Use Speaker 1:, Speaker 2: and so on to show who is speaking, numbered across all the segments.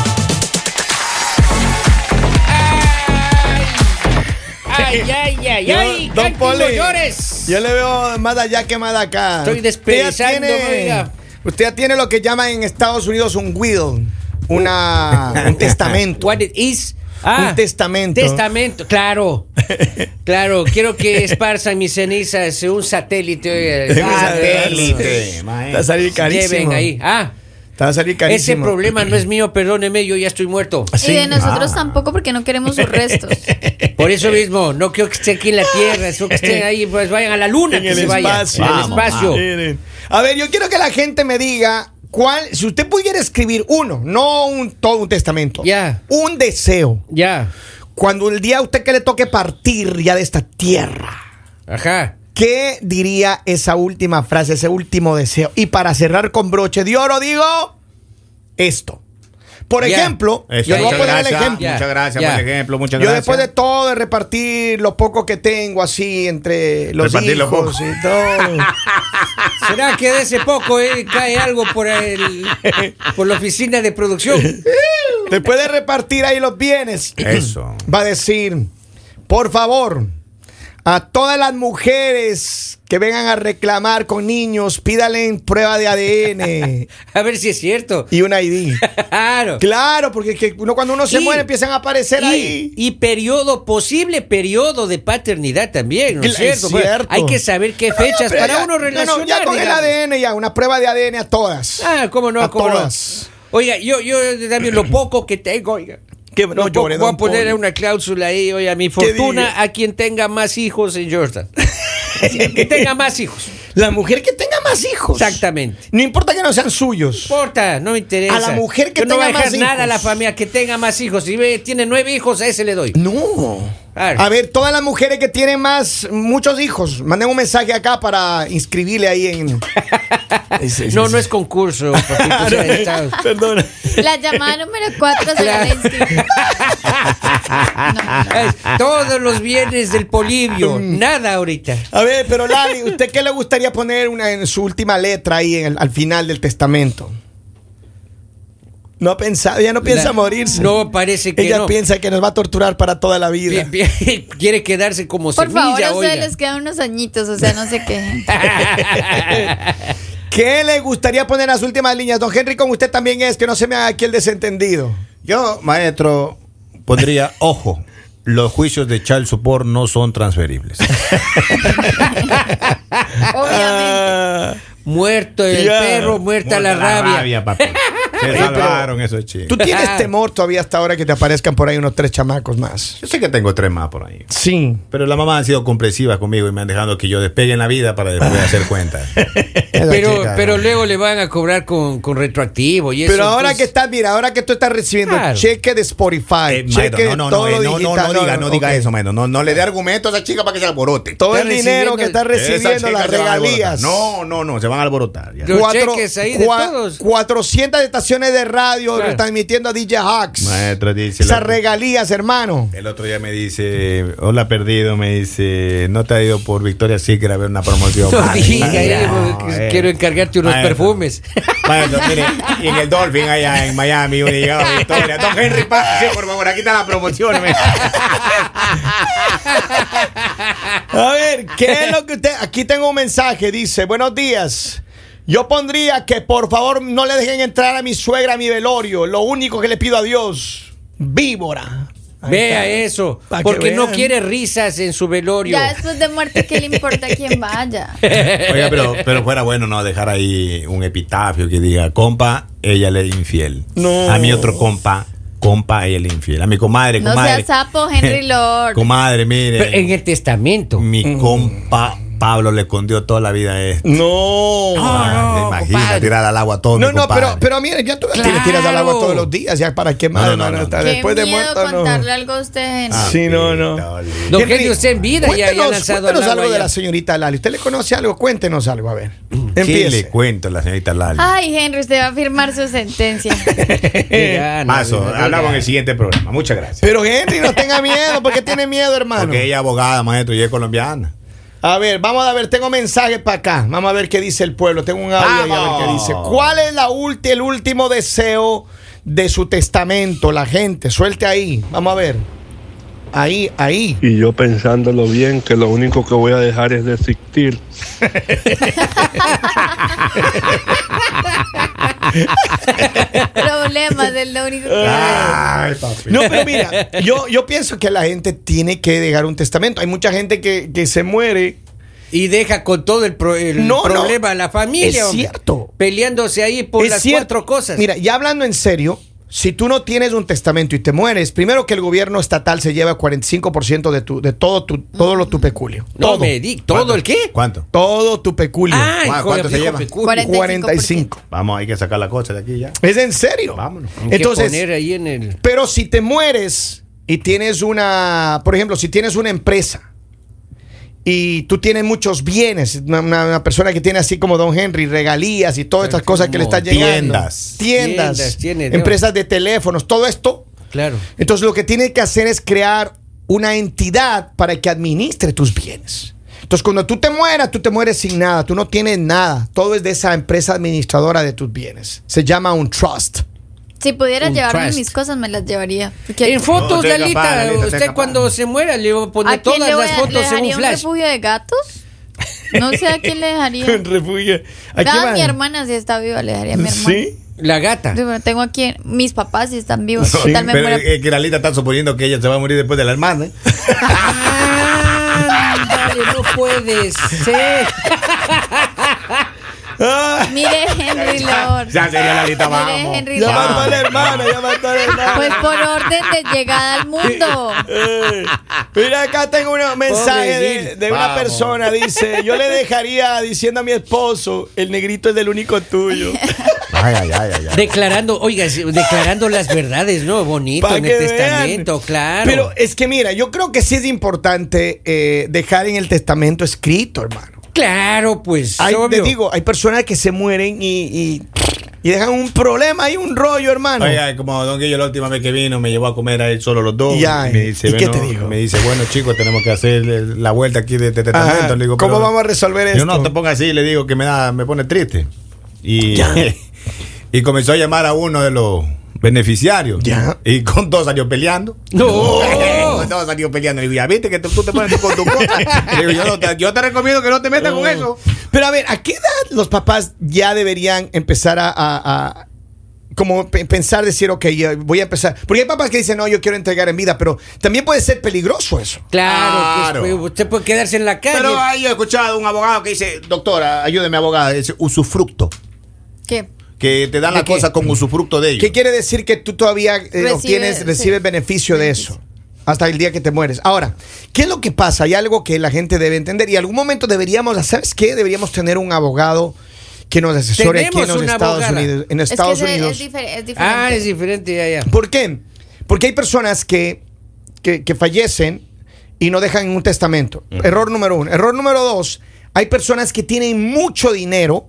Speaker 1: Don
Speaker 2: Tranquilo,
Speaker 1: Poli.
Speaker 2: llores.
Speaker 1: Yo le veo más allá que más de acá.
Speaker 2: Estoy despedazando,
Speaker 1: Usted ya tiene-
Speaker 2: oiga.
Speaker 1: Usted ya tiene lo que llaman en Estados Unidos un will, una, un testamento.
Speaker 2: What it is.
Speaker 1: Un testamento.
Speaker 2: Ah, Testamento, claro. Claro, quiero que esparzan mis cenizas en un satélite. oiga.
Speaker 1: Un
Speaker 2: Ah,
Speaker 1: satélite,
Speaker 2: maestro.
Speaker 1: Te va a salir carísimo.
Speaker 2: Lleven ahí. Ah,
Speaker 1: Te va a salir
Speaker 2: ese
Speaker 1: carísimo.
Speaker 2: problema no es mío, perdóneme, yo ya estoy muerto.
Speaker 1: Sí.
Speaker 3: Y de nosotros
Speaker 2: Ah.
Speaker 3: tampoco porque no queremos sus restos.
Speaker 2: Por eso mismo, no quiero que esté aquí en la Tierra, solo que estén ahí, pues vayan a la Luna,
Speaker 1: en
Speaker 2: que
Speaker 1: el
Speaker 2: se vayan.
Speaker 1: espacio.
Speaker 2: En el
Speaker 1: Vamos,
Speaker 2: espacio.
Speaker 1: Miren. A ver, yo quiero que la gente me diga cuál, si usted pudiera escribir uno, no un, todo un testamento,
Speaker 2: Ya.
Speaker 1: un deseo,
Speaker 2: Ya,
Speaker 1: cuando el día a usted que le toque partir ya de esta tierra,
Speaker 2: ajá.
Speaker 1: ¿qué diría esa última frase, ese último deseo? Y para cerrar con broche de oro digo esto. Por
Speaker 2: Ya.
Speaker 1: ejemplo,
Speaker 4: Eso,
Speaker 1: yo le voy a
Speaker 4: muchas,
Speaker 1: poner
Speaker 4: gracias,
Speaker 1: el ejemplo.
Speaker 4: muchas gracias
Speaker 2: Ya.
Speaker 4: por el ejemplo, muchas
Speaker 1: Yo
Speaker 4: gracias.
Speaker 1: después de todo, de repartir lo poco que tengo así entre los
Speaker 4: Repartir lo
Speaker 1: hijos
Speaker 4: poco.
Speaker 1: y todo.
Speaker 2: ¿Será que de ese poco eh, cae algo por, el, por la oficina de producción?
Speaker 1: Después de repartir ahí los bienes,
Speaker 4: Eso.
Speaker 1: va a decir, por favor, a todas las mujeres que vengan a reclamar con niños, pídale prueba de ADN
Speaker 2: A ver si es cierto.
Speaker 1: y un ID.
Speaker 2: Claro.
Speaker 1: Claro, porque es que uno cuando uno se
Speaker 2: Y-
Speaker 1: muere empiezan a aparecer
Speaker 2: Y,
Speaker 1: ahí.
Speaker 2: y periodo, posible periodo de paternidad también, ¿no es
Speaker 1: Cla-
Speaker 2: cierto?
Speaker 1: es cierto.
Speaker 2: Hay que saber qué
Speaker 1: No,
Speaker 2: fechas
Speaker 1: pero
Speaker 2: para
Speaker 1: ya-
Speaker 2: uno
Speaker 1: no, no,
Speaker 2: relacionar.
Speaker 1: ya con el
Speaker 2: digamos.
Speaker 1: ADN ya, una prueba de ADN a todas.
Speaker 2: Ah, cómo no,
Speaker 1: A
Speaker 2: cómo no.
Speaker 1: todas.
Speaker 2: Oiga, yo, yo también lo poco que tengo, oiga.
Speaker 1: Que
Speaker 2: Lo
Speaker 1: no
Speaker 2: poco,
Speaker 1: llore,
Speaker 2: voy a
Speaker 1: don
Speaker 2: poner
Speaker 1: Poli.
Speaker 2: una cláusula ahí, oiga, mi
Speaker 1: ¿Qué
Speaker 2: fortuna
Speaker 1: diga?
Speaker 2: a quien tenga más hijos en Jordan. que tenga más hijos.
Speaker 1: La mujer que tenga más hijos.
Speaker 2: Exactamente.
Speaker 1: No importa que no sean suyos.
Speaker 2: No importa, no me interesa.
Speaker 1: A la mujer que
Speaker 2: Yo no
Speaker 1: tenga
Speaker 2: voy a dejar
Speaker 1: más
Speaker 2: nada a la
Speaker 1: hijos.
Speaker 2: familia que tenga más hijos. Si ve- tiene nueve hijos, a ese le doy.
Speaker 1: No.
Speaker 2: Claro.
Speaker 1: A ver, todas las mujeres que tienen más, muchos hijos, manden un mensaje acá para inscribirle ahí en.
Speaker 2: No, no es concurso. pues,
Speaker 1: Ah,
Speaker 2: papito, o sea, está-
Speaker 1: Perdón.
Speaker 3: La llamada número 4 se la
Speaker 2: Claro.
Speaker 3: inscribir.
Speaker 2: es Todos los bienes del Polibio.
Speaker 1: Mm.
Speaker 2: Nada ahorita.
Speaker 1: A ver, pero Lali, ¿usted qué le gustaría poner una, en su última letra ahí en el- al final del testamento? No ha pensado, ya no piensa
Speaker 2: La-
Speaker 1: morirse.
Speaker 2: No, parece que
Speaker 1: Ella
Speaker 2: no.
Speaker 1: piensa que nos va a torturar para toda la vida.
Speaker 2: Bien, bien, Quiere quedarse como
Speaker 3: Por
Speaker 2: semilla.
Speaker 3: favor, a ustedes
Speaker 2: oiga.
Speaker 3: les quedan unos añitos, o sea, no sé qué.
Speaker 1: ¿Qué le gustaría poner en las últimas líneas? Don Henry, con usted también es, que no se me haga aquí el desentendido.
Speaker 4: Yo, maestro, pondría, ojo, los juicios de Charles Support no son transferibles.
Speaker 3: Obviamente.
Speaker 2: Muerto el
Speaker 1: Ya.
Speaker 2: perro, muerta, la,
Speaker 4: Muerta
Speaker 2: rabia.
Speaker 4: papi. Se salvaron
Speaker 1: ¿Tú
Speaker 4: esos chicos.
Speaker 1: tienes temor todavía hasta ahora que te aparezcan por ahí unos tres chamacos más?
Speaker 4: Yo sé que tengo tres más por ahí.
Speaker 1: Sí.
Speaker 4: Pero la mamá han sido comprensivas conmigo y me han dejado que yo despegue en la vida para después hacer cuenta.
Speaker 2: Pero,
Speaker 1: chica,
Speaker 2: pero
Speaker 1: ¿no?
Speaker 2: luego le van a cobrar con, con retroactivo y eso.
Speaker 1: Pero ahora que
Speaker 2: entonces-
Speaker 1: estás, mira, ahora que tú estás recibiendo
Speaker 2: Claro.
Speaker 1: cheque de Spotify,
Speaker 4: Eh, maestro,
Speaker 1: cheque
Speaker 4: no, no,
Speaker 1: de
Speaker 4: no,
Speaker 1: todo
Speaker 4: eh,
Speaker 1: lo
Speaker 4: no, no,
Speaker 1: digital,
Speaker 4: no diga, no diga
Speaker 1: ok.
Speaker 4: eso, maestro. No, no le dé argumento a esa chica para que se alborote.
Speaker 1: Todo el
Speaker 2: Está
Speaker 1: dinero que
Speaker 2: recibiendo-
Speaker 1: estás
Speaker 4: Esa
Speaker 1: recibiendo,
Speaker 4: chica
Speaker 1: las
Speaker 4: se va a
Speaker 1: regalías.
Speaker 4: alborotar. No, no, no, se van a alborotar. ya.
Speaker 2: Los cheques ahí de todos.
Speaker 1: 400 estaciones de radio
Speaker 2: Claro.
Speaker 1: retransmitiendo a DJ Hacks.
Speaker 4: Maestro, dice
Speaker 1: Esas
Speaker 4: la-
Speaker 1: regalías, hermano.
Speaker 4: El otro día me dice, hola perdido, me dice, no te ha ido por Victoria Secret a ver una promoción.
Speaker 2: No
Speaker 4: Madre,
Speaker 2: diga,
Speaker 4: madre,
Speaker 2: eh,
Speaker 4: no,
Speaker 2: porque
Speaker 4: eh.
Speaker 2: quiero encargarte unos
Speaker 4: Maestro.
Speaker 2: perfumes.
Speaker 4: Maestro, mire, y en el Dolphin allá en Miami, uno llegaba a Victoria. Don Henry, pase, por favor, aquí está la promoción. me-
Speaker 1: A ver, ¿qué es lo que usted.? Aquí tengo un mensaje, dice: Buenos días. Yo pondría que por favor no le dejen entrar a mi suegra a mi velorio. Lo único que le pido a Dios, víbora. Ahí
Speaker 2: Vea
Speaker 1: está.
Speaker 2: eso.
Speaker 1: Pa' que
Speaker 2: Porque no
Speaker 1: vean.
Speaker 2: quiere risas en su velorio.
Speaker 3: Ya después de muerte, ¿qué le importa quién vaya?
Speaker 4: Oiga, pero, pero fuera bueno no dejar ahí un epitafio que diga, compa, ella le es infiel.
Speaker 1: No.
Speaker 4: A mi otro compa, compa, ella le es infiel. A mi comadre,
Speaker 3: No
Speaker 4: comadre.
Speaker 3: sea sapo, Henry Lord.
Speaker 4: Comadre,
Speaker 2: Pero
Speaker 4: mire.
Speaker 2: en el testamento.
Speaker 4: Mi compa Pablo le escondió toda la vida esto.
Speaker 1: No.
Speaker 4: Ah,
Speaker 2: no,
Speaker 4: imagina
Speaker 2: compadre.
Speaker 4: tirar al agua todo.
Speaker 1: No,
Speaker 4: mi
Speaker 1: no,
Speaker 4: compadre.
Speaker 1: pero, pero mire, ya tú
Speaker 2: Claro.
Speaker 1: le tiras al agua todos los días, ya para qué más,
Speaker 4: No, no, no,
Speaker 1: hermano,
Speaker 4: no.
Speaker 1: hasta
Speaker 3: Qué
Speaker 1: después de
Speaker 3: miedo
Speaker 1: muerto no.
Speaker 3: contarle algo a usted, Henry.
Speaker 4: Ah,
Speaker 1: Sí, no, no.
Speaker 4: pita, ole.
Speaker 2: Don
Speaker 1: Henry,
Speaker 2: Henry, usted en vida ya- ya ha
Speaker 1: Cuéntenos,
Speaker 2: lanzado
Speaker 1: cuéntenos
Speaker 2: al agua
Speaker 1: algo de
Speaker 2: ya.
Speaker 1: la señorita Lali. ¿Usted le conoce algo? Cuéntenos algo, a ver.
Speaker 4: ¿Qué le
Speaker 1: Empiece.
Speaker 4: cuento a la señorita Lali?
Speaker 3: Ay, Henry, usted va a firmar su sentencia.
Speaker 2: Ya, Ah, no,
Speaker 4: Paso,
Speaker 2: no, no,
Speaker 4: hablamos en
Speaker 2: ya.
Speaker 4: el siguiente programa. Muchas gracias.
Speaker 1: Pero Henry, no tenga miedo, porque tiene miedo, hermano.
Speaker 4: Porque ella es abogada, maestro, y es colombiana.
Speaker 1: A ver, vamos a ver, tengo mensaje para acá. Vamos a ver qué dice el pueblo. Tengo un audio ahí, a ver qué
Speaker 4: ¡Vamos!
Speaker 1: dice. ¿Cuál es la ulti- el último deseo de su testamento? La gente, suelte ahí. Vamos a ver. ahí, ahí.
Speaker 5: Y yo pensándolo bien, que lo único que voy a dejar es de existir.
Speaker 3: Problemas es lo único que
Speaker 2: Ah.
Speaker 3: hay.
Speaker 4: Ay, papi.
Speaker 1: No, pero mira, yo, yo pienso que la gente tiene que dejar un testamento. Hay mucha gente que, que se muere.
Speaker 2: Y deja con todo el, pro- el
Speaker 1: No, no.
Speaker 2: problema a la familia.
Speaker 1: Es
Speaker 2: hombre.
Speaker 1: cierto.
Speaker 2: Peleándose ahí por
Speaker 1: Es
Speaker 2: las
Speaker 1: cierto.
Speaker 2: cuatro cosas.
Speaker 1: Mira, ya hablando en serio, si tú no tienes un testamento y te mueres, primero que el gobierno estatal se lleva 45% de tu de todo tu todo lo tu peculio.
Speaker 2: no
Speaker 1: todo.
Speaker 2: me di, ¿todo el qué?
Speaker 4: ¿Cuánto?
Speaker 1: Todo tu peculio.
Speaker 2: Ah,
Speaker 4: ¿Cuá-
Speaker 2: hijo de-
Speaker 4: cuánto se
Speaker 2: hijo
Speaker 4: lleva?
Speaker 2: de culo.
Speaker 3: 45%.
Speaker 1: 45.
Speaker 4: Vamos, hay que sacar la cosa de aquí ya.
Speaker 1: Es en serio.
Speaker 4: Vámonos.
Speaker 2: Hay que
Speaker 1: Entonces,
Speaker 2: poner ahí en el...
Speaker 1: pero si te mueres y tienes una, por ejemplo, si tienes una empresa y tú tienes muchos bienes, una, una- una persona que tiene así como Don Henry, regalías y todas estas cosas que le están llegando.
Speaker 4: Tiendas.
Speaker 1: Tiendas,
Speaker 2: Tiendas, tiene, Dios.
Speaker 1: empresas de teléfonos, todo esto.
Speaker 2: Claro.
Speaker 1: Entonces lo que tiene que hacer es crear una entidad para que administre tus bienes. Entonces cuando tú te mueras, tú te mueres sin nada, tú no tienes nada, todo es de esa empresa administradora de tus bienes. Se llama un trust.
Speaker 3: Si pudiera
Speaker 2: Un
Speaker 3: llevarme
Speaker 2: trust.
Speaker 3: mis cosas, me las llevaría. Porque
Speaker 2: En fotos,
Speaker 4: estoy
Speaker 2: Lalita.
Speaker 4: capaz, Lalita, estoy
Speaker 2: usted
Speaker 4: capaz.
Speaker 2: cuando se muera le va a poner
Speaker 3: ¿A quién
Speaker 2: todas
Speaker 3: le, voy
Speaker 2: las
Speaker 3: a, le
Speaker 2: fotos en un
Speaker 3: dejaría un
Speaker 2: flash.
Speaker 3: refugio de gatos? No sé a quién le dejaría.
Speaker 1: refugio.
Speaker 3: Nada, mi hermana si está viva, le dejaría a mi hermana.
Speaker 1: Sí.
Speaker 2: La gata.
Speaker 3: Sí, pero tengo aquí mis papás si están vivos. ¿Qué tal me
Speaker 4: Pero
Speaker 3: muera?
Speaker 4: es que la lista está suponiendo que ella se va a morir después de la hermana. ¿eh?
Speaker 2: Ándale, Ah, no puede ser.
Speaker 3: Mire Henry Lord.
Speaker 4: Ya sería la lista,
Speaker 3: Mire
Speaker 4: vamos.
Speaker 3: Henry
Speaker 1: Ya
Speaker 3: Lord.
Speaker 1: mató a la hermana, ya mató a la hermana.
Speaker 3: Pues por orden de llegada al mundo.
Speaker 1: Eh, Mira, acá tengo un mensaje de,
Speaker 2: Gil.
Speaker 1: de una
Speaker 4: Vamos.
Speaker 1: persona. Dice: Yo le dejaría diciendo a mi esposo, el negrito es del único tuyo.
Speaker 4: Ay, ay, ay, ay. ay.
Speaker 2: Declarando, oiga, sí, declarando las verdades, ¿no? Bonito
Speaker 1: Pa'
Speaker 2: en
Speaker 1: que
Speaker 2: el
Speaker 1: vean.
Speaker 2: testamento, claro.
Speaker 1: Pero eh, es que mira, yo creo que sí es importante eh, dejar en el testamento escrito, hermano.
Speaker 2: claro, pues.
Speaker 1: Hay, te
Speaker 2: obvio.
Speaker 1: digo, hay personas que se mueren y, y- y dejan un problema, hay un rollo, hermano.
Speaker 4: Oye, ay, como Don Guillo la última vez que vino me llevó a comer a él solo los dos.
Speaker 1: Ya,
Speaker 4: y me dice,
Speaker 1: ¿y qué
Speaker 4: bueno,
Speaker 1: te dijo?
Speaker 4: Me dice, bueno chicos, tenemos que hacer eh, la vuelta aquí de este
Speaker 1: Ajá,
Speaker 4: testamento. Le digo,
Speaker 1: ¿Cómo
Speaker 4: pero-
Speaker 1: vamos a resolver
Speaker 4: Yo
Speaker 1: esto?
Speaker 4: no te ponga así, le digo que me da, me pone triste. Y, y comenzó a llamar a uno de los beneficiarios.
Speaker 1: Ya.
Speaker 4: Y con dos salió peleando.
Speaker 2: No.
Speaker 4: con dos salió peleando. Y digo, ya viste que tú, tú te pones con tu cosa. Le digo, yo, no te, yo te recomiendo que no te metas con eso.
Speaker 1: Pero a ver, ¿a qué edad los papás ya deberían empezar a, a- a- como pe- pensar, decir, ok, ya voy a empezar? Porque hay papás que dicen, no, yo quiero entregar en vida, pero también puede ser peligroso eso.
Speaker 2: Claro, que
Speaker 4: Claro.
Speaker 2: usted puede quedarse en la calle.
Speaker 4: Pero ahí yo he escuchado un abogado que dice, doctora, ayúdeme abogada, es usufructo.
Speaker 3: ¿Qué?
Speaker 4: Que te dan
Speaker 2: ¿De
Speaker 4: la
Speaker 2: qué?
Speaker 4: cosa con usufructo de ellos.
Speaker 1: ¿Qué quiere decir que tú todavía eh,
Speaker 3: Recibe,
Speaker 1: obtienes,
Speaker 3: sí.
Speaker 1: recibes beneficio de eso? Hasta el día que te mueres. Ahora, ¿qué es lo que pasa? Hay algo que la gente debe entender. Y en algún momento deberíamos, ¿sabes qué? Deberíamos tener un abogado que nos asesore aquí en
Speaker 2: Tenemos
Speaker 1: los
Speaker 2: una
Speaker 1: Estados
Speaker 2: abogada.
Speaker 1: Unidos. En
Speaker 3: Es que
Speaker 1: Estados
Speaker 3: ese-
Speaker 1: Unidos.
Speaker 3: Es, difer- es diferente.
Speaker 2: Ah, es diferente ya, ya.
Speaker 1: ¿Por qué? Porque hay personas que, que, que fallecen y no dejan un testamento. Error número uno. Error número dos, hay personas que tienen mucho dinero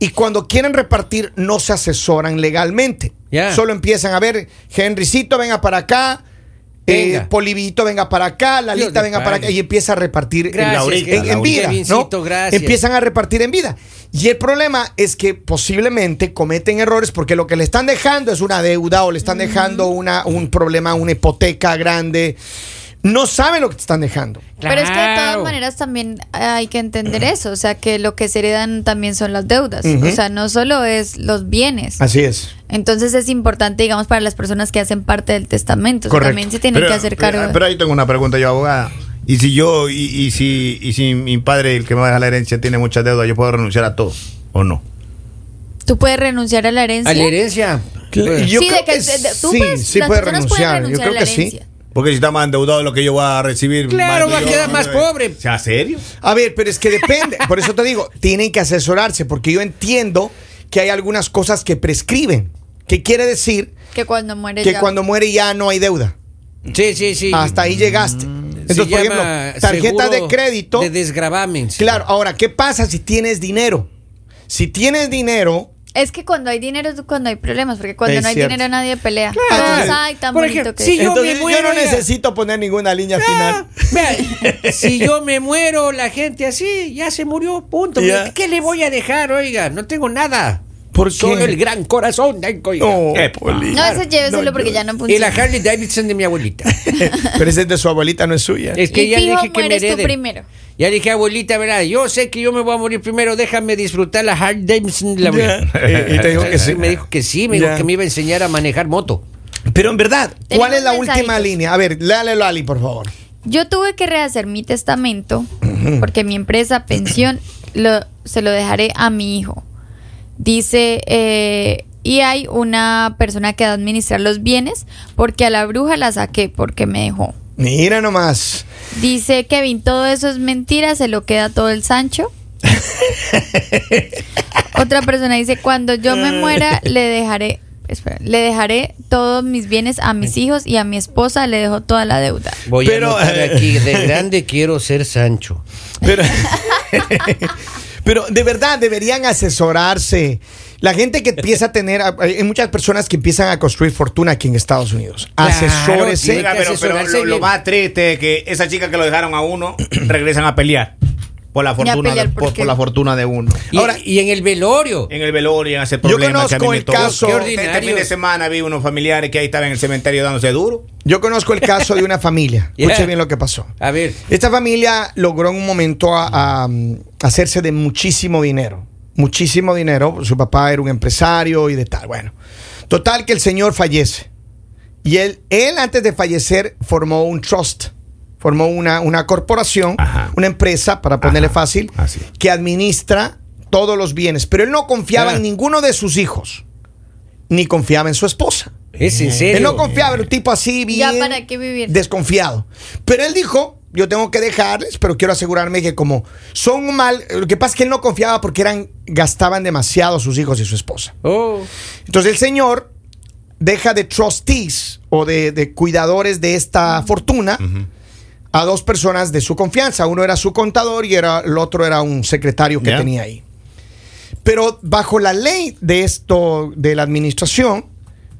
Speaker 1: y cuando quieren repartir no se asesoran legalmente.
Speaker 2: Ya.
Speaker 1: Solo empiezan a ver, Henrycito, venga para acá.
Speaker 2: Venga.
Speaker 1: eh, Polivito, venga para acá,
Speaker 2: Dios
Speaker 1: Lalita,
Speaker 2: le
Speaker 1: venga para
Speaker 2: pague.
Speaker 1: acá, y empieza a repartir en
Speaker 2: Gracias,
Speaker 1: en- en,
Speaker 2: Laurita.
Speaker 1: vida. ¿no?
Speaker 2: Kevincito, gracias.
Speaker 1: Empiezan a repartir en vida. Y el problema es que posiblemente cometen errores porque lo que le están dejando es una deuda o le están dejando
Speaker 3: Mm.
Speaker 1: una, un problema, una hipoteca grande. No saben lo que te están dejando.
Speaker 3: Pero es que de todas
Speaker 2: Claro.
Speaker 3: maneras también hay que entender eso, o sea, que lo que se heredan también son las deudas,
Speaker 1: Ujú.
Speaker 3: o sea, no solo es los bienes.
Speaker 1: Así es.
Speaker 3: Entonces es importante, digamos, para las personas que hacen parte del testamento, o sea,
Speaker 1: Correcto.
Speaker 3: también se tienen que hacer cargo.
Speaker 4: Pero, eh, pero ahí tengo una pregunta yo, abogada. Y si yo, y, y si, y si mi padre, el que me va a dejar la herencia, tiene muchas deudas, ¿yo puedo renunciar a todo o no?
Speaker 3: Tú puedes renunciar a la herencia.
Speaker 2: A la herencia. Pues,
Speaker 1: Yo
Speaker 3: Sí, de
Speaker 1: creo
Speaker 3: que
Speaker 1: que
Speaker 3: se- de- tú
Speaker 1: sí,
Speaker 3: puedes-
Speaker 1: sí
Speaker 3: las
Speaker 1: puede
Speaker 3: personas pueden
Speaker 1: renunciar. Yo
Speaker 3: renunciar
Speaker 1: creo
Speaker 3: a
Speaker 1: que
Speaker 3: la
Speaker 1: sí.
Speaker 3: herencia.
Speaker 4: Porque si está más endeudado de lo que yo voy a recibir.
Speaker 2: Claro, va a
Speaker 4: yo-
Speaker 2: quedar más pobre.
Speaker 4: O sea, serio?
Speaker 1: A ver, pero es que depende. Por eso te digo, tienen que asesorarse porque yo entiendo que hay algunas cosas que prescriben. Que quiere decir
Speaker 3: Que cuando muere
Speaker 1: que
Speaker 3: ya.
Speaker 1: cuando muere ya no hay deuda.
Speaker 2: sí, sí, Mm, sí.
Speaker 1: Hasta ahí llegaste. Entonces,
Speaker 2: Se
Speaker 1: por ejemplo,
Speaker 2: llama
Speaker 1: tarjeta de
Speaker 2: seguro
Speaker 1: crédito.
Speaker 2: De desgravamen. sí.
Speaker 1: Claro, ahora, ¿qué pasa si tienes dinero? Si tienes dinero,
Speaker 3: Es que cuando hay dinero es cuando hay problemas, porque cuando
Speaker 1: Es
Speaker 3: no hay
Speaker 1: cierto.
Speaker 3: dinero nadie pelea.
Speaker 2: Claro.
Speaker 3: Entonces, ay, tan
Speaker 2: Por
Speaker 3: bonito
Speaker 2: ejemplo,
Speaker 3: que
Speaker 2: sí,
Speaker 3: es.
Speaker 2: yo- me
Speaker 1: entonces yo
Speaker 2: muero,
Speaker 1: no
Speaker 2: oiga.
Speaker 1: necesito poner ninguna línea
Speaker 2: Ah,
Speaker 1: final.
Speaker 2: vea, si yo me muero, la gente así, ya se murió, punto.
Speaker 1: Ya.
Speaker 2: ¿Qué le voy a dejar? Oiga, no tengo nada.
Speaker 1: ¿Por qué? Oh.
Speaker 2: Solo el gran corazón de Alcoyar.
Speaker 1: No,
Speaker 4: Eh,
Speaker 1: Poli.
Speaker 3: No, ese lléveselo porque ya no
Speaker 2: Y la
Speaker 3: funciona.
Speaker 2: Harley Davidson de mi abuelita.
Speaker 1: Pero ese es de su abuelita, no es suya.
Speaker 2: Es que
Speaker 3: Y
Speaker 2: ya
Speaker 3: fijo,
Speaker 2: dije que me
Speaker 3: mueres tú
Speaker 2: herede.
Speaker 3: primero.
Speaker 2: Ya dije, abuelita, ¿verdad? Yo sé que yo me voy a morir primero, déjame disfrutar la Harley Davidson de la abuelita.
Speaker 1: Eh, Y, y te dijo que sí.
Speaker 2: Me dijo que sí, me dijo
Speaker 1: Ya.
Speaker 2: que me iba a enseñar a manejar moto.
Speaker 1: Pero en verdad, ¿cuál
Speaker 3: Tenemos
Speaker 1: es la última
Speaker 3: mensajitos.
Speaker 1: línea? A ver, léale Lali, por favor.
Speaker 3: Yo tuve que rehacer mi testamento porque mi empresa, pensión, lo, se lo dejaré a mi hijo. Dice, eh, y hay una persona que va a administrar los bienes porque a la bruja la saqué porque me dejó.
Speaker 1: Mira nomás.
Speaker 3: Dice Kevin, todo eso es mentira, se lo queda todo el Sancho. Otra persona dice, cuando yo me muera, le dejaré, espera, le dejaré todos mis bienes a mis hijos y a mi esposa le dejo toda la deuda.
Speaker 2: Voy
Speaker 1: Pero,
Speaker 2: a anotar
Speaker 1: eh,
Speaker 2: aquí, de grande quiero ser Sancho.
Speaker 1: Pero, pero de verdad deberían asesorarse. La gente que empieza a tener, hay muchas personas que empiezan a construir fortuna aquí en Estados Unidos.
Speaker 2: Claro,
Speaker 1: Asesórese.
Speaker 2: tiene
Speaker 4: Oiga,
Speaker 2: que
Speaker 4: pero, pero
Speaker 2: asesorarse
Speaker 4: lo, lo
Speaker 2: bien.
Speaker 4: más triste es que esa chica que lo dejaron a uno regresan a pelear por la fortuna,
Speaker 3: pelear,
Speaker 4: de- por,
Speaker 3: porque-
Speaker 4: por la fortuna de uno.
Speaker 2: Y,
Speaker 4: Ahora,
Speaker 2: y en el velorio.
Speaker 4: en el velorio, en hacer
Speaker 1: Yo conozco
Speaker 4: problemas. que a mí me
Speaker 1: el
Speaker 4: tocó.
Speaker 1: caso- Qué
Speaker 4: Este
Speaker 2: ordinarios.
Speaker 4: fin de semana vi unos familiares que ahí estaban en el cementerio dándose duro.
Speaker 1: Yo conozco el caso de una familia.
Speaker 2: Yeah.
Speaker 1: Escuche bien lo que pasó.
Speaker 2: A ver,
Speaker 1: Esta familia logró en un momento a- a, mm, hacerse de muchísimo dinero. Muchísimo dinero. Su papá era un empresario y de tal. Bueno, total que el señor fallece. Y él, él antes de fallecer formó un trust. Formó una, una corporación,
Speaker 4: Ajá.
Speaker 1: una empresa, para ponerle
Speaker 4: Ajá, Ah,
Speaker 1: fácil,
Speaker 4: así.
Speaker 1: que administra todos los bienes. Pero él no confiaba
Speaker 2: Ah.
Speaker 1: en ninguno de sus hijos. Ni confiaba en su esposa.
Speaker 2: es en serio.
Speaker 1: Él no confiaba, era un tipo así, bien.
Speaker 3: Ya, ¿para qué vivir?
Speaker 1: Desconfiado. Pero él dijo: Yo tengo que dejarles, pero quiero asegurarme que, como son un mal. Lo que pasa es que él no confiaba porque eran gastaban demasiado sus hijos y su esposa.
Speaker 2: Oh,
Speaker 1: Entonces el señor deja de trustees o de, de cuidadores de esta fortuna a dos personas de su confianza. Uno era su contador y era, el otro era un secretario que
Speaker 4: Ya.
Speaker 1: tenía ahí. Pero bajo la ley de esto, de la administración,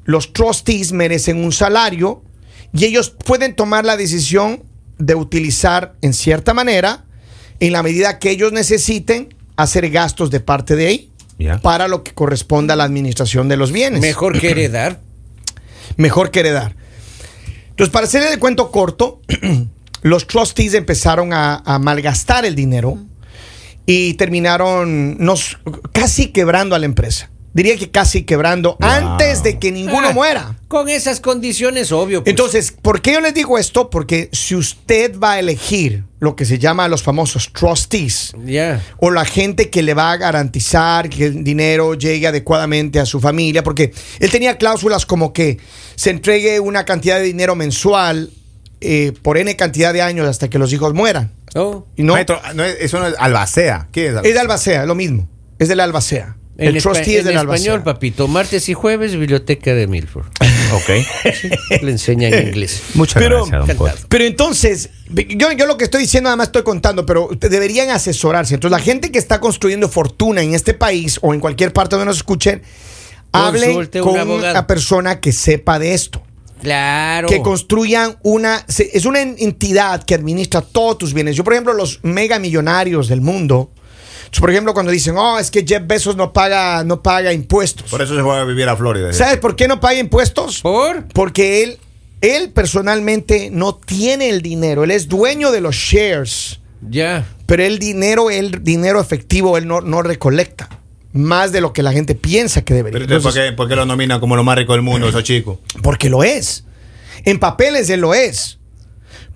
Speaker 1: los trustees merecen un salario y ellos pueden tomar la decisión de utilizar en cierta manera, en la medida que ellos necesiten, hacer gastos de parte de ahí
Speaker 4: Ya.
Speaker 1: para lo que corresponda a la administración de los bienes.
Speaker 2: mejor que heredar.
Speaker 1: Mejor que heredar. Entonces, para hacerle el cuento corto, los trustees empezaron a, a malgastar el dinero y terminaron nos, casi quebrando a la empresa. Diría que casi quebrando antes de que ninguno
Speaker 2: Ah,
Speaker 1: muera.
Speaker 2: Con esas condiciones, obvio. pues.
Speaker 1: Entonces, ¿por qué yo les digo esto? Porque si usted va a elegir lo que se llama los famosos trustees,
Speaker 2: Ya.
Speaker 1: o la gente que le va a garantizar que el dinero llegue adecuadamente a su familia, porque él tenía cláusulas como que se entregue una cantidad de dinero mensual eh, por N cantidad de años hasta que los hijos mueran.
Speaker 2: Oh,
Speaker 1: Y no,
Speaker 4: Maestro, no es- eso no es Albacea. ¿Qué es
Speaker 1: es de
Speaker 4: Albacea?
Speaker 1: Albacea, es lo mismo. Es del Albacea.
Speaker 2: en
Speaker 1: el
Speaker 2: espa-
Speaker 1: trustee es
Speaker 2: en
Speaker 1: del
Speaker 2: español,
Speaker 1: Albacea.
Speaker 2: papito. Martes y jueves, biblioteca de Milford.
Speaker 4: ok.
Speaker 2: Le enseña en inglés.
Speaker 4: Muchas
Speaker 1: Pero-
Speaker 4: gracias, don Pocho.
Speaker 1: Pero entonces, yo, yo lo que estoy diciendo, además estoy contando, pero ustedes deberían asesorarse. Entonces, la gente que está construyendo fortuna en este país o en cualquier parte donde nos escuchen, hable
Speaker 2: Consulte un
Speaker 1: con
Speaker 2: abogado.
Speaker 1: una persona que sepa de esto.
Speaker 2: Claro.
Speaker 1: que construyan una. se- Es una en- entidad que administra todos tus bienes. Yo, por ejemplo, los mega millonarios del mundo. entonces, Por ejemplo, cuando dicen, oh, es que Jeff Bezos no paga, no paga impuestos.
Speaker 4: Por eso se fue a vivir a Florida.
Speaker 1: ¿Sabes por qué no paga impuestos?
Speaker 2: ¿Por?
Speaker 1: Porque él, él personalmente no tiene el dinero. Él es dueño de los shares.
Speaker 2: Ya.
Speaker 1: Pero el dinero, el dinero efectivo, él no, no recolecta. Más de lo que la gente piensa que debería.
Speaker 4: Pero entonces, ¿por,
Speaker 1: Entonces,
Speaker 4: qué, por qué lo nominan como lo más rico del mundo, esos chicos?
Speaker 1: Porque lo es. En papeles él lo es.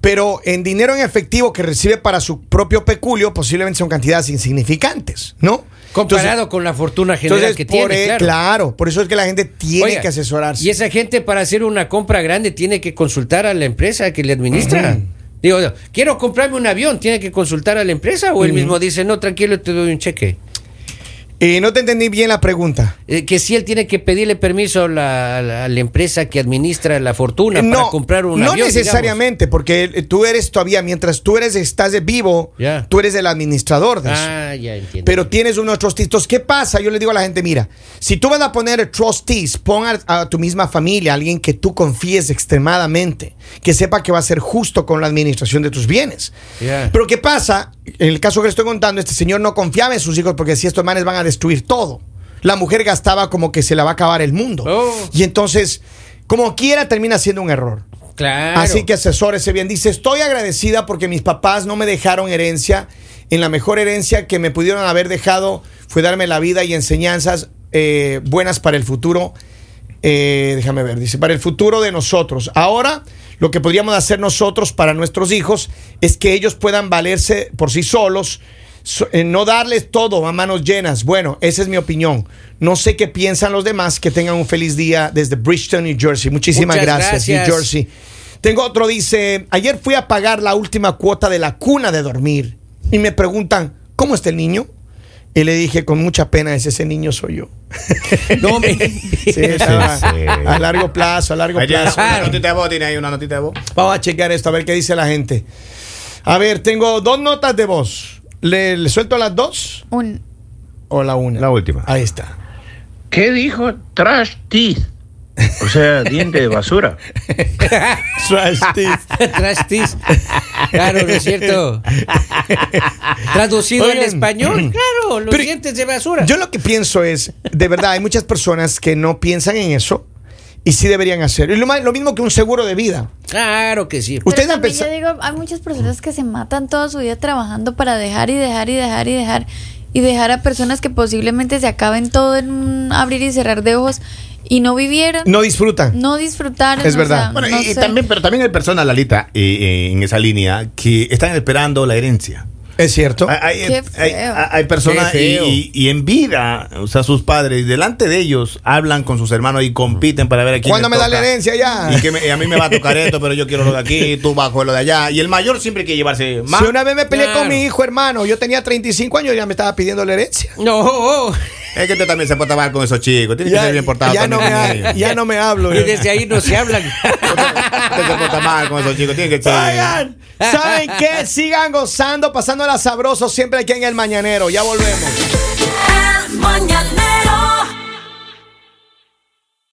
Speaker 1: Pero en dinero en efectivo que recibe para su propio peculio, posiblemente son cantidades insignificantes, ¿no?
Speaker 2: Comparado con la fortuna general
Speaker 1: entonces,
Speaker 2: que
Speaker 1: por
Speaker 2: tiene.
Speaker 1: e-
Speaker 2: claro.
Speaker 1: claro. por eso es que la gente tiene
Speaker 2: Oiga,
Speaker 1: que asesorarse.
Speaker 2: Y esa gente para hacer una compra grande tiene que consultar a la empresa que le administra. Digo, quiero comprarme un avión, tiene que consultar a la empresa o él mismo dice, no, tranquilo, te doy un cheque.
Speaker 1: Y Eh, no te entendí bien la pregunta.
Speaker 2: Eh, que si él tiene que pedirle permiso a la, a la- a la empresa que administra la fortuna para comprar un
Speaker 1: no
Speaker 2: avión. digamos.
Speaker 1: necesariamente, porque eh, tú eres todavía, mientras tú eres, estás de vivo,
Speaker 2: Ya.
Speaker 1: tú eres el administrador de eso.
Speaker 2: Ah, ya entiendo.
Speaker 1: Pero tienes uno de trustees. ¿Qué pasa? Yo le digo a la gente, mira, si tú vas a poner trustees, pon a, a tu misma familia, alguien que tú confíes extremadamente, que sepa que va a ser justo con la administración de tus bienes.
Speaker 2: Ya.
Speaker 1: Pero ¿qué pasa? En el caso que le estoy contando, este señor no confiaba en sus hijos porque si estos manes van a destruir todo. la mujer gastaba como que se la va a acabar el mundo.
Speaker 2: Oh.
Speaker 1: Y entonces, como quiera, termina siendo un error.
Speaker 2: Claro.
Speaker 1: Así que asesórese bien. Dice, estoy agradecida porque mis papás no me dejaron herencia. En la mejor herencia que me pudieron haber dejado fue darme la vida y enseñanzas eh, buenas para el futuro. Eh, déjame ver, dice, para el futuro de nosotros. Ahora, lo que podríamos hacer nosotros para nuestros hijos es que ellos puedan valerse por sí solos, so- eh, no darles todo a manos llenas. Bueno, esa es mi opinión. No sé qué piensan los demás. Que tengan un feliz día desde Bridgeton, New Jersey. Muchísimas
Speaker 2: Muchas
Speaker 1: gracias,
Speaker 2: gracias.
Speaker 1: New Jersey. Tengo otro, dice, ayer fui a pagar la última cuota de la cuna de dormir y me preguntan, ¿cómo está el niño? Y le dije con mucha pena, es ese niño soy yo.
Speaker 2: No, me-
Speaker 1: Sí, estaba
Speaker 4: Sí, sí.
Speaker 1: A largo plazo, a largo
Speaker 4: Ahí tiene
Speaker 1: plazo.
Speaker 4: una notita de voz, tiene ahí una notita de voz.
Speaker 1: Vamos a checar esto, a ver qué dice la gente. A ver, tengo dos notas de voz. ¿Le, le suelto las dos
Speaker 3: Un,
Speaker 1: o la una?
Speaker 4: La última.
Speaker 1: Ahí está.
Speaker 6: ¿Qué dijo? Trash teeth. O sea, diente de basura.
Speaker 2: Trastis. Claro, no es cierto. Traducido
Speaker 1: Oigan.
Speaker 2: en español, claro, los
Speaker 1: Pero-
Speaker 2: dientes de basura.
Speaker 1: Yo lo que pienso es, de verdad, hay muchas personas que no piensan en eso y sí deberían hacerlo. Y lo, ma- lo mismo que un seguro de vida.
Speaker 2: Claro que sí.
Speaker 1: Ustedes
Speaker 3: Pero
Speaker 1: han
Speaker 3: también yo
Speaker 1: pensado-
Speaker 3: digo, hay muchas personas que se matan toda su vida trabajando para dejar y dejar y dejar y dejar y dejar a personas que posiblemente se acaben todo en un abrir y cerrar de ojos y no vivieron, no,
Speaker 1: No disfrutan.
Speaker 3: disfrutaron.
Speaker 1: Es verdad.
Speaker 4: Bueno,
Speaker 3: no
Speaker 4: y, y
Speaker 3: sé.
Speaker 4: también, pero también hay personas, Lalita, eh, eh, en esa línea, que están esperando la herencia.
Speaker 1: Es cierto.
Speaker 4: Hay, hay-
Speaker 3: Qué
Speaker 4: hay-
Speaker 3: feo.
Speaker 4: hay personas
Speaker 2: Qué feo.
Speaker 4: y, y- y en vida, o sea, sus padres, delante de ellos, hablan con sus hermanos y compiten para ver a quién
Speaker 1: ¿Cuándo
Speaker 4: le
Speaker 1: me da la
Speaker 4: toca.
Speaker 1: herencia ya?
Speaker 4: Y que me- a mí me va a tocar esto, pero yo quiero lo de aquí, tú bajo lo de allá. Y el mayor siempre quiere llevarse más.
Speaker 1: Si una vez me peleé con
Speaker 2: Claro.
Speaker 1: mi hijo, hermano, yo tenía 35 años y ya me estaba pidiendo la herencia.
Speaker 2: No, oh,
Speaker 4: Es que usted también se porta mal con esos chicos. Tiene que
Speaker 1: Ya,
Speaker 4: ser bien portado
Speaker 1: ya no me,
Speaker 4: también con
Speaker 1: ha-
Speaker 4: ellos.
Speaker 1: ya no me hablo.
Speaker 2: oh. y desde ahí no se hablan.
Speaker 4: Usted se porta mal con esos chicos. Tiene que ser.
Speaker 1: Oigan, ¿saben qué? Sigan gozando, pasándola sabroso siempre aquí en El Mañanero. Ya volvemos.
Speaker 7: El mañanero